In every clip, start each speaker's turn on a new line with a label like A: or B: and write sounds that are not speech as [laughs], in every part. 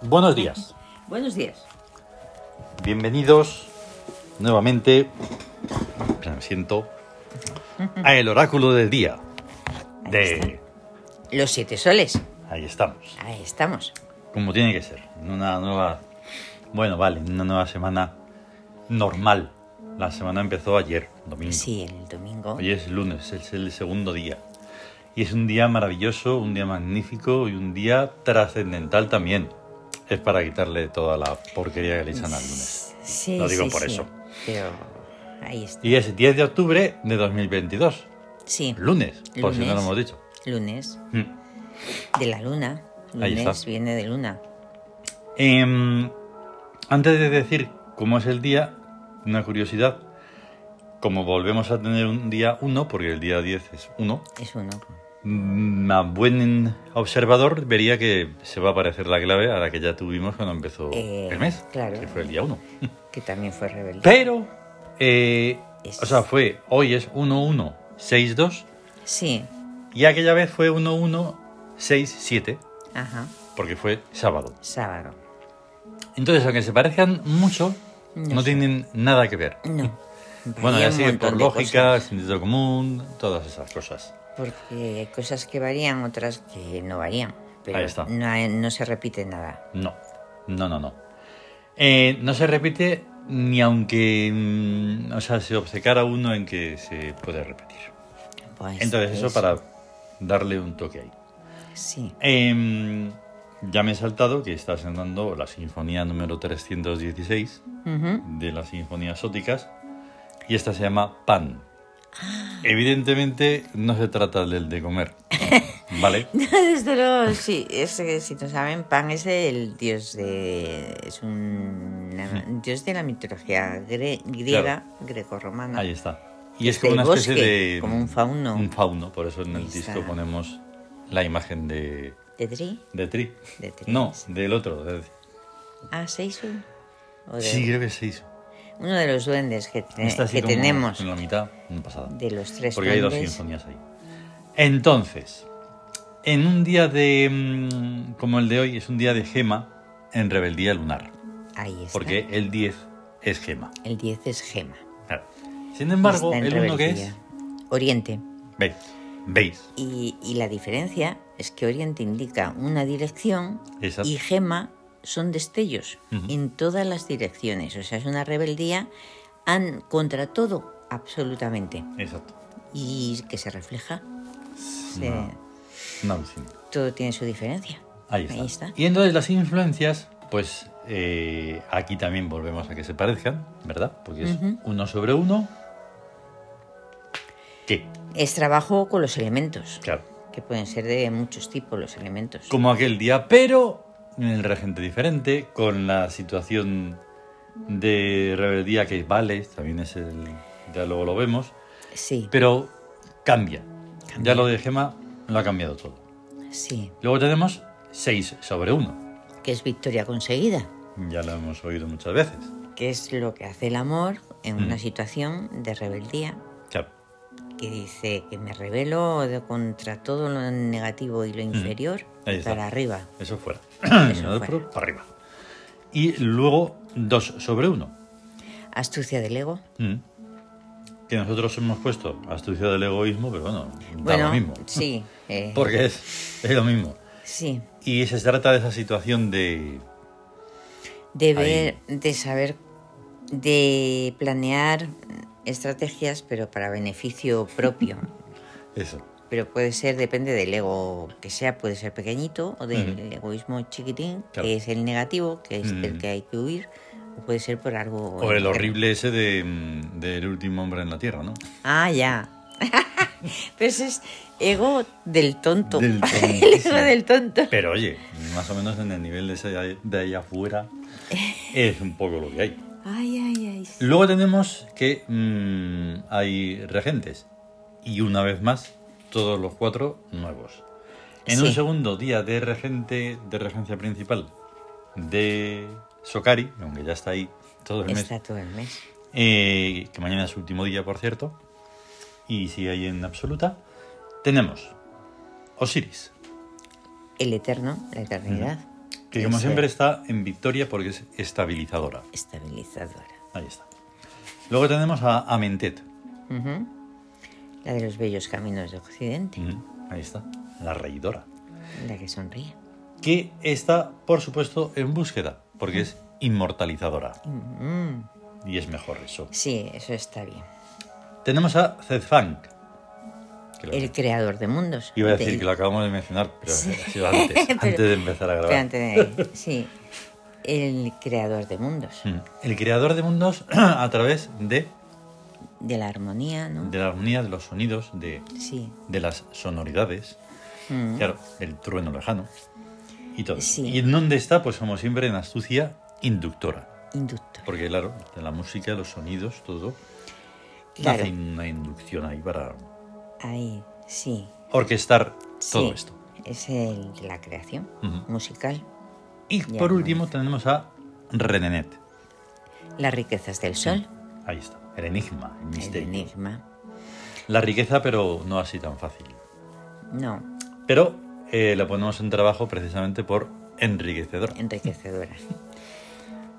A: Buenos días.
B: Buenos días.
A: Bienvenidos nuevamente, me siento, a el oráculo del día. De...
B: Los siete soles.
A: Ahí estamos,
B: Ahí estamos.
A: como tiene que ser. en Una nueva... Bueno, vale, en una nueva semana normal. La semana empezó ayer, domingo.
B: Sí, en el domingo.
A: Hoy es lunes, es el segundo día. Y es un día maravilloso, un día magnífico y un día trascendental también. Es para quitarle toda la porquería que le echan al lunes.
B: Sí,
A: Lo digo
B: sí,
A: por
B: sí.
A: eso.
B: Pero ahí está.
A: Y es 10 de octubre de 2022.
B: Sí.
A: Lunes, por si no lo
B: Lunes.
A: hemos dicho.
B: Lunes.
A: Mm.
B: De la luna.
A: Ahí
B: Lunes
A: está.
B: viene de luna.
A: Em, antes de decir cómo es el día, una curiosidad. Como volvemos a tener un día 1, porque el día 10 es 1,
B: Es uno.
A: Mm, A buen observador vería que se va a aparecer la clave a la que ya tuvimos cuando empezó
B: Eh,
A: el mes,
B: claro.
A: que fue el día 1.
B: Que también fue rebelde.
A: Pero, eh,
B: Es-
A: o sea, fue hoy es 1-1-6-2
B: Sí.
A: y aquella vez fue 1-1-6-7
B: Ajá.
A: porque fue sábado.
B: Sábado.
A: Entonces, aunque se parezcan mucho, no,
B: No sé.
A: tienen nada que ver.
B: No.
A: [laughs] Bueno,
B: Varía
A: ya
B: un
A: sigue
B: montón
A: por
B: de
A: lógica,
B: cosas,
A: sentido común, todas esas cosas.
B: porque hay cosas que varían, otras que no varían. Pero
A: Ahí está.
B: No, hay- no se repite nada.
A: No, no, no, no. Eh, no se repite ni aunque, mm, o sea, se obcecara uno en que se puede repetir.
B: Pues
A: Entonces eso para darle un toque ahí.
B: Sí.
A: Em, ya me he saltado que está sonando la sinfonía número 316
B: Ujú.
A: de las sinfonías sóticas y esta se llama Pan. Evidentemente no se trata del de
B: [laughs]
A: comer, ¿vale?
B: Desde luego, sí, es, que, si no saben, Pan es el dios de. Es un una- dios de la mitología gre- griega, grecorromana.
A: Ahí está. Y es
B: Es
A: como una
B: del
A: especie
B: bosque,
A: de...
B: como un fauno.
A: Un fauno, por eso en el
B: Ahí está.
A: disco ponemos la imagen de...
B: ¿De Dri?
A: De Tri.
B: De Tri.
A: No, del otro. de-
B: Ah, Seisu. O de-
A: Sí, creo que se hizo.
B: Uno de los duendes que, te-
A: Está así
B: Eh, que
A: como
B: tenemos.
A: En la mitad, no pasa nada.
B: De los tres
A: Porque hay dos
B: duendes.
A: sinfonías ahí. Entonces, en un día de... mm, Como el de hoy, es un día de gema en rebeldía lunar.
B: Ahí está.
A: Porque el 10 es gema.
B: el 10 es Gema.
A: Claro. Sin embargo,
B: Está en
A: el 1 que es...
B: rebeldía. Oriente.
A: Veis, veis.
B: Y, y la diferencia es que Oriente indica una dirección
A: Exacto.
B: y Gema son destellos
A: Ujú.
B: en todas las direcciones. O sea, es una rebeldía an- contra todo, absolutamente.
A: Exacto.
B: Y que se refleja. Se-
A: Una alucina.
B: Todo tiene su diferencia.
A: Ah. Ahí está.
B: Ahí está.
A: Y entonces las influencias, pues eh, aquí también volvemos a que se parezcan, ¿verdad? Porque es
B: Ujú.
A: uno sobre uno. ¿Qué?
B: Es trabajo con los elementos,
A: Claro.
B: que pueden ser de muchos tipos los elementos.
A: Como aquel día, pero en el regente diferente, con la situación de rebeldía que vale, también es el. Ya luego lo vemos,
B: Sí,
A: pero cambia.
B: Cambia.
A: Ya lo de Gema lo ha cambiado todo.
B: sí.
A: Luego tenemos 6 sobre 1.
B: Que es victoria conseguida.
A: Ya lo hemos oído muchas veces.
B: Que es lo que hace el amor en una
A: Mm.
B: situación de rebeldía.
A: Claro.
B: que dice que me rebelo de- contra todo lo negativo y lo inferior
A: Mm. Ahí está.
B: para arriba.
A: Eso fuera. [clears throat]
B: Eso
A: Nada
B: fuera.
A: por- para arriba. Y luego 2 sobre 1.
B: Astucia del ego.
A: Que nosotros hemos puesto astucia del egoísmo, pero bueno, da
B: bueno,
A: lo mismo. [laughs]
B: sí, eh,
A: Porque es, es lo mismo.
B: sí.
A: Y se trata de esa situación de.
B: De ver, de saber, de planear estrategias, pero para beneficio
A: [laughs]
B: propio.
A: Eso.
B: pero puede ser, depende del ego que sea, puede ser pequeñito o del
A: Ujú.
B: egoísmo chiquitín,
A: Claro.
B: que es el negativo, que es del
A: Mm.
B: que hay que huir, o puede ser por algo.
A: O el
B: interno.
A: horrible ese de, mm, del último hombre en la tierra,
B: [laughs]
A: ¿no?
B: Ah, ya. Pero ese Pues es ego del tonto. [laughs]
A: Del
B: el
A: tontísimo.
B: ego del tonto.
A: Pero oye, más o menos en el nivel de, ese de ahí- de ahí afuera es un poco lo que hay.
B: Ay, ay, ay. sí.
A: Luego tenemos que mm, hay regentes. Y una vez más, todos los cuatro nuevos. En un
B: Sí.
A: segundo día de regente, de regencia principal de Sokari, aunque ya está ahí todo el mes,
B: Está todo el mes.
A: eh, que mañana es su último día, por cierto, y sigue ahí en absoluta, tenemos Osiris,
B: El eterno, la eternidad.
A: Que como
B: Eso
A: siempre
B: es.
A: está en victoria porque es estabilizadora.
B: Estabilizadora.
A: Ahí está. Luego tenemos a Amentet.
B: Ujú. La de los bellos caminos de Occidente.
A: Mm, Ahí está. La reidora.
B: La que sonríe.
A: Que está, por supuesto, en búsqueda porque es inmortalizadora.
B: Mm.
A: Y es mejor eso.
B: Sí, eso está bien.
A: Tenemos a Zedfunk. que lo-
B: El creador de mundos.
A: Iba a decir
B: Del-
A: que lo acabamos de mencionar, pero
B: Sí.
A: ha sido antes,
B: [laughs] Pero-
A: antes de empezar a grabar.
B: Pero
A: [laughs]
B: antes de- sí. El creador de mundos.
A: Mm. El creador de mundos [clears throat] a través de,
B: De la armonía, ¿no?
A: de la armonía de los sonidos, Mm. de,
B: Sí.
A: de las sonoridades,
B: Mm.
A: claro, el trueno lejano y todo.
B: Sí.
A: ¿Y en dónde está? Pues como siempre en astucia inductora,
B: Inductor.
A: porque claro, de la música, los sonidos, todo,
B: Claro.
A: hace una inducción ahí para
B: Ahí, sí.
A: orquestar
B: sí.
A: todo esto.
B: Es el de la creación
A: Ujú.
B: musical.
A: Y
B: Ya,
A: por
B: no.
A: último tenemos a Renenet.
B: Las riquezas del sol.
A: Ahí está, el enigma, el
B: El
A: misterio.
B: enigma.
A: La riqueza, pero no así tan fácil.
B: No,
A: Pero eh, la ponemos en trabajo precisamente por enriquecedora.
B: enriquecedora. [laughs]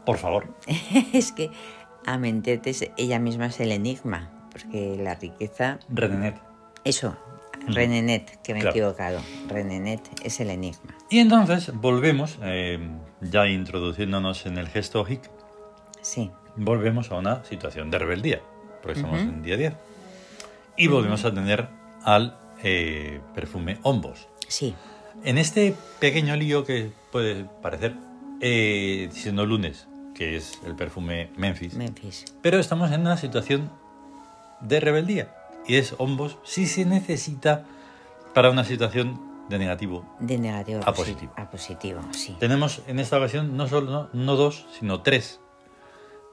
A: Por favor.
B: es que Amentet es- ella misma es el enigma. Porque la riqueza
A: Renenet.
B: Eso, Renenet, que me
A: Claro.
B: he equivocado. Renenet es el enigma.
A: Y entonces volvemos, eh, ya introduciéndonos en el gesto hic,
B: Sí,
A: volvemos a una situación de rebeldía, porque estamos
B: Ujú.
A: en día 10. Y volvemos a tener al eh, perfume Hombos.
B: sí,
A: En este pequeño lío que puede parecer, eh, siendo lunes, que es el perfume Memphis,
B: Memphis.
A: Pero estamos en una situación de rebeldía. Y es hombos si se necesita para una situación de negativo.
B: De negativo
A: A
B: posi-
A: positivo.
B: A positivo, sí.
A: Tenemos en esta ocasión no solo no, no dos, sino tres.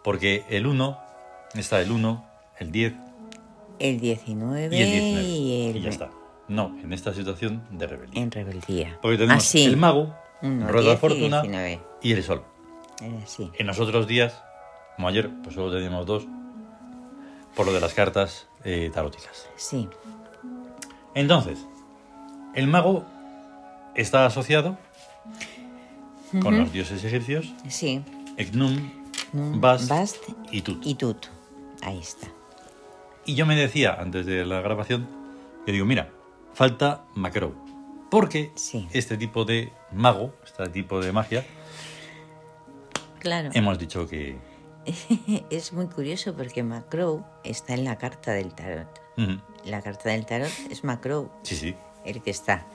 A: Porque el 1 está el 1, el 10
B: El 19
A: y el 19. Y,
B: el-
A: ya está. No, en esta situación de rebeldía.
B: En rebeldía.
A: Porque tenemos
B: Así,
A: el mago,
B: uno,
A: rueda de
B: 10 y Eh,
A: fortuna
B: 19.
A: y el sol.
B: Era así.
A: En los otros días, como ayer, pues solo teníamos dos por lo de las cartas eh, taróticas.
B: Sí,
A: Entonces, el mago está asociado con los dioses egipcios,
B: sí.
A: Eknum,
B: Mm,
A: Bast,
B: Bast
A: y Tut.
B: y Tut. Ahí está.
A: Y yo me decía antes de la grabación, yo digo, mira, falta Macro. Porque
B: Sí.
A: este tipo de mago, este tipo de magia,
B: Claro.
A: hemos dicho que...
B: [laughs] Es muy curioso porque Macrow está en la carta del tarot.
A: Ujú,
B: La carta del tarot es Macrow.
A: Sí, sí.
B: el que está.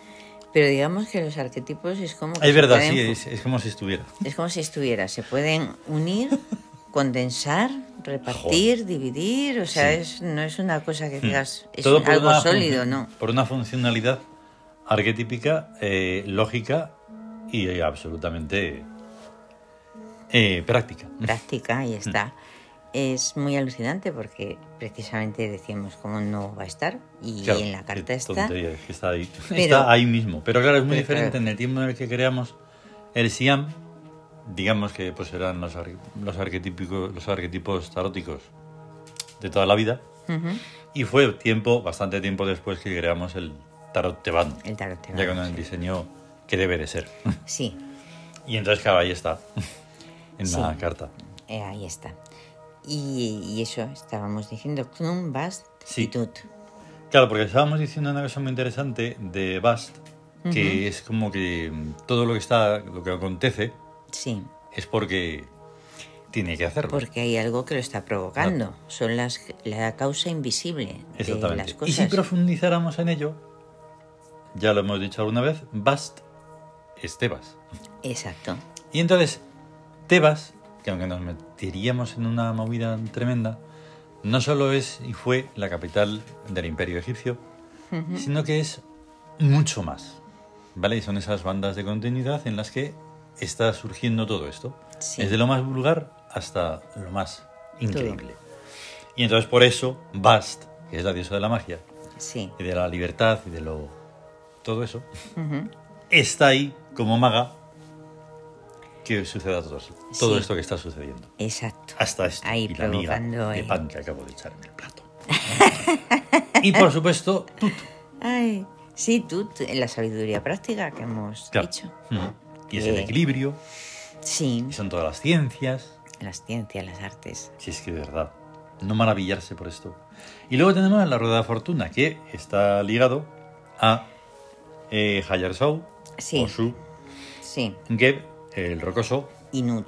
B: Pero digamos que los arquetipos es como... que
A: Es
B: se
A: verdad,
B: pueden-
A: sí, es, es como si estuviera.
B: es como si estuviera, se pueden unir,
A: [laughs]
B: condensar, repartir, dividir, o sea,
A: Sí. Mm.
B: es, no es una cosa que digas, es
A: Todo
B: un-
A: por
B: algo
A: una
B: sólido,
A: [laughs] funci-
B: ¿no?
A: Por una funcionalidad arquetípica, eh, lógica y eh, absolutamente eh, práctica.
B: [laughs] Práctica,
A: Mm.
B: ahí está. Es muy alucinante porque precisamente decíamos cómo no va a estar y
A: Claro,
B: en la carta
A: qué
B: está...
A: tontería, es que está
B: [laughs]
A: ahí.
B: Pero-
A: está ahí mismo. Pero claro, es muy
B: Pero
A: diferente
B: claro.
A: en el tiempo en el que creamos el Siam. Digamos que pues eran los, ar- los, arquetípicos, los arquetipos taróticos de toda la vida.
B: Ujú,
A: Y fue tiempo, bastante tiempo después que creamos el tarot tebano.
B: El tarot te va,
A: Ya con el
B: sí.
A: diseño que debe de ser.
B: Sí,
A: Y entonces, claro, ahí está. [laughs] En la
B: Sí.
A: carta.
B: eh, ahí está. Y, y eso estábamos diciendo, Knum, Bast
A: Sí.
B: y Tut.
A: Claro, porque estábamos diciendo una cosa muy interesante de Bast, que es como que todo lo que está, lo que acontece,
B: Sí.
A: es porque tiene que hacerlo.
B: Porque hay algo que lo está provocando. Son las la causa invisible de las
A: Exactamente. Y
B: cosas.
A: si profundizáramos en ello, ya lo hemos dicho alguna vez, Bast es Tebas.
B: Exacto.
A: Y entonces, Tebas, que aunque nos meteríamos en una movida tremenda, no solo es y fue la capital del imperio egipcio, sino que es mucho más. ¿Vale? Y son esas bandas de continuidad en las que está surgiendo todo esto.
B: Sí.
A: Desde lo más vulgar hasta lo más increíble. Y entonces por eso Bast, que es la diosa de la magia,
B: Sí.
A: y de la libertad y de lo todo eso,
B: Ujú.
A: está ahí como maga que suceda todo, eso- todo
B: Sí.
A: esto que está sucediendo.
B: Exacto.
A: Hasta esto.
B: Ahí
A: y la miga
B: provocando,
A: de
B: eh.
A: pan que acabo de echar en el
B: [laughs]
A: plato. y por supuesto, Tut.
B: Ay. Sí, tú, t- en la sabiduría práctica que hemos
A: Claro.
B: dicho.
A: Mm. Y es el
B: Eh,
A: equilibrio,
B: Sí,
A: y son todas las ciencias.
B: las ciencias, las artes.
A: Si es que de verdad, no maravillarse por esto. Y luego tenemos la rueda de fortuna, que está ligado a eh, Hayarsau,
B: Sí.
A: Osu,
B: Sí,
A: Geb, el rocoso,
B: y Nut.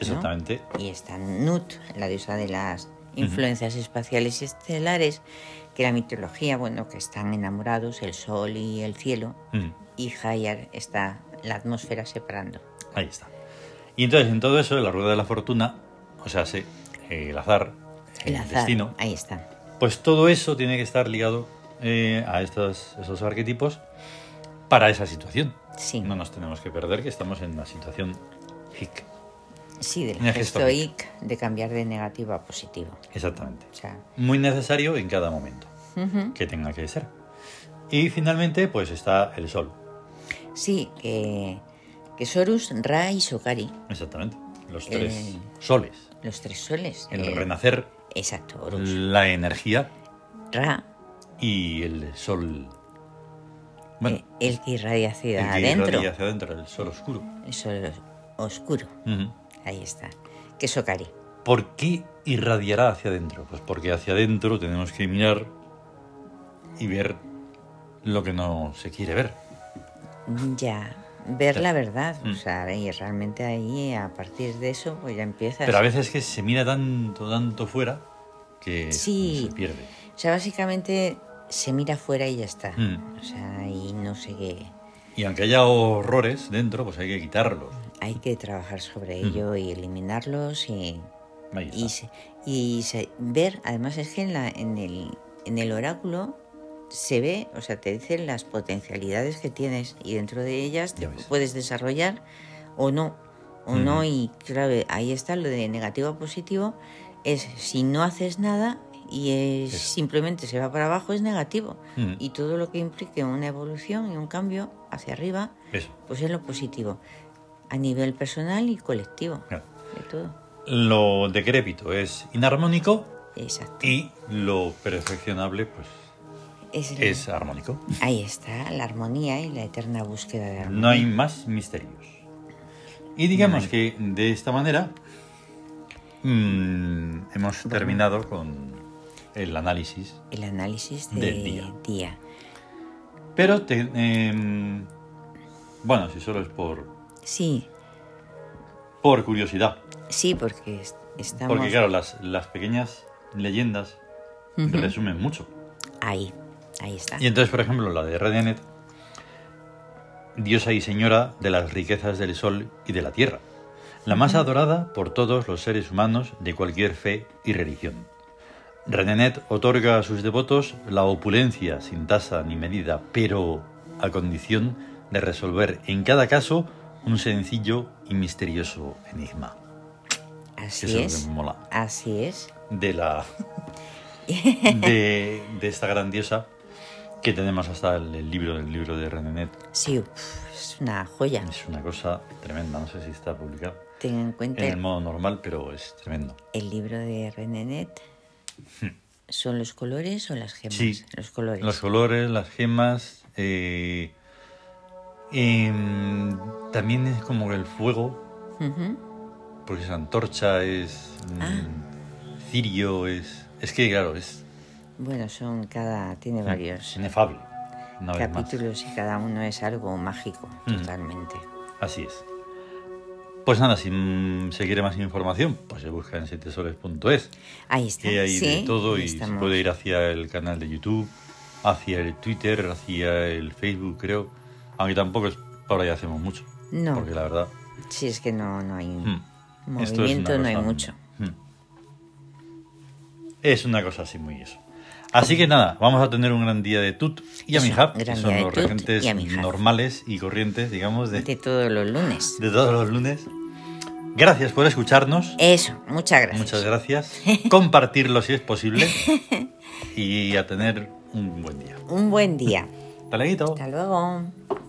A: exactamente.
B: Y está Nut, la diosa de las influencias espaciales y estelares, que la mitología, bueno, que están enamorados, el sol y el cielo.
A: Mm,
B: Y Hayar está la atmósfera separando.
A: ahí está. Y entonces, en todo eso, la rueda de la fortuna, o sea, se- eh, el azar, el,
B: El azar.
A: destino,
B: Ahí está.
A: pues todo eso tiene que estar ligado eh, a estos, esos arquetipos para esa situación.
B: Sí.
A: No nos tenemos que perder que estamos en una situación hic.
B: Sí, del
A: Mira,
B: gesto
A: gesto.
B: ic de cambiar de negativo a positivo.
A: Exactamente.
B: O sea,
A: muy necesario en cada momento
B: ujú.
A: que tenga que ser. Y finalmente, pues está el sol.
B: sí, que, que Sorus, Ra y Sokari,
A: Exactamente. Los
B: Eh,
A: tres soles.
B: los tres soles.
A: El
B: eh,
A: renacer,
B: Exacto, Horus.
A: la energía
B: Ra,
A: y el sol. Bueno,
B: eh, el que irradia hacia
A: el que
B: Eh, adentro.
A: irradia hacia adentro, el sol oscuro.
B: El sol os- oscuro.
A: Ujú.
B: Ahí está. Que es Sokari.
A: ¿Por qué irradiará hacia adentro? Pues porque hacia adentro tenemos que mirar y ver lo que no se quiere ver.
B: Ya. Ver la verdad,
A: Mm.
B: o sea, y realmente ahí a partir de eso pues ya empiezas.
A: Pero a veces que se mira tanto, tanto fuera que
B: Sí.
A: se pierde.
B: O sea, básicamente se mira afuera y ya está.
A: Mm.
B: O sea, y no sé qué.
A: Y aunque haya horrores dentro, pues hay que quitarlos.
B: Hay que trabajar
A: Mm.
B: sobre ello y eliminarlos y,
A: Ahí
B: y,
A: está.
B: se- y se- ver. Además, es que en, la, en, el, en el oráculo se ve, o sea, te dicen las potencialidades que tienes y dentro de ellas te
A: Ya ves.
B: puedes desarrollar o no. O no, y claro, ahí está lo de negativo a positivo: es si no haces nada y es,
A: Es-
B: simplemente se va para abajo, es negativo.
A: Mm.
B: Y todo lo que implique una evolución y un cambio hacia arriba,
A: Eso.
B: pues es lo positivo, a nivel personal y colectivo,
A: Claro.
B: de todo.
A: Lo decrépito es inarmónico
B: Exacto.
A: y lo perfeccionable, pues,
B: Es el-
A: es armónico.
B: Ahí está la armonía y la eterna búsqueda de armonía.
A: No hay más misterios. Y digamos que de esta manera mm, hemos terminado con el análisis.
B: El análisis de
A: Del día.
B: día.
A: Pero, te- em, bueno, si solo es por,
B: Sí,
A: por curiosidad.
B: sí, porque es- estamos
A: Porque claro, las, las pequeñas leyendas resumen mucho.
B: ahí, ahí está.
A: Y entonces, por ejemplo, la de Radianet, diosa y señora de las riquezas del sol y de la tierra, la más adorada por todos los seres humanos de cualquier fe y religión. Radianet otorga a sus devotos la opulencia sin tasa ni medida, pero a condición de resolver en cada caso un sencillo y misterioso enigma. Que
B: Así
A: eso
B: es,
A: es lo que me mola
B: así es.
A: de la de, de esta gran diosa que tenemos hasta el, el libro el libro de Renenet
B: Sí, uf, es una joya.
A: es una cosa tremenda no sé si está publicado
B: Ten en cuenta
A: en el
B: el,
A: modo normal pero es tremendo
B: libro de Renenet. ¿Son los colores o las gemas?
A: Hmm. Sí.
B: Los colores.
A: los colores las gemas eh, em, también es como el fuego
B: Ujú.
A: porque es antorcha es mm, cirio es es que claro es
B: Bueno, son cada. tiene
A: es
B: varios
A: inefable una vez más. Hmm.
B: capítulos y cada uno es algo mágico,
A: Ujú.
B: totalmente.
A: Así es. Pues nada, si mm, se quiere más información, pues se busca en setesoles.es.
B: Ahí está.
A: Que hay
B: sí,
A: de todo
B: ahí
A: y se
B: estamos.
A: puede ir hacia el canal de YouTube, hacia el Twitter, hacia el Facebook, creo. Aunque tampoco es ahora ya hacemos mucho.
B: No.
A: Porque la verdad.
B: Sí, es que no, no hay
A: mm, esto es
B: movimiento,
A: una
B: no hay
A: cosa-
B: mucho.
A: mm. Es una cosa así muy eso. Así que nada, vamos a tener un gran día de Tut y
B: Eso,
A: Amihab, que
B: gran
A: son
B: día de
A: los
B: Tut
A: regentes
B: y Amihab.
A: normales y corrientes, digamos, de,
B: De todos los lunes.
A: de todos los lunes. Gracias por escucharnos.
B: Eso, muchas gracias.
A: Muchas gracias. Compartirlo si es posible. Y a tener un buen día.
B: Un buen día.
A: Hasta luego.
B: Hasta luego.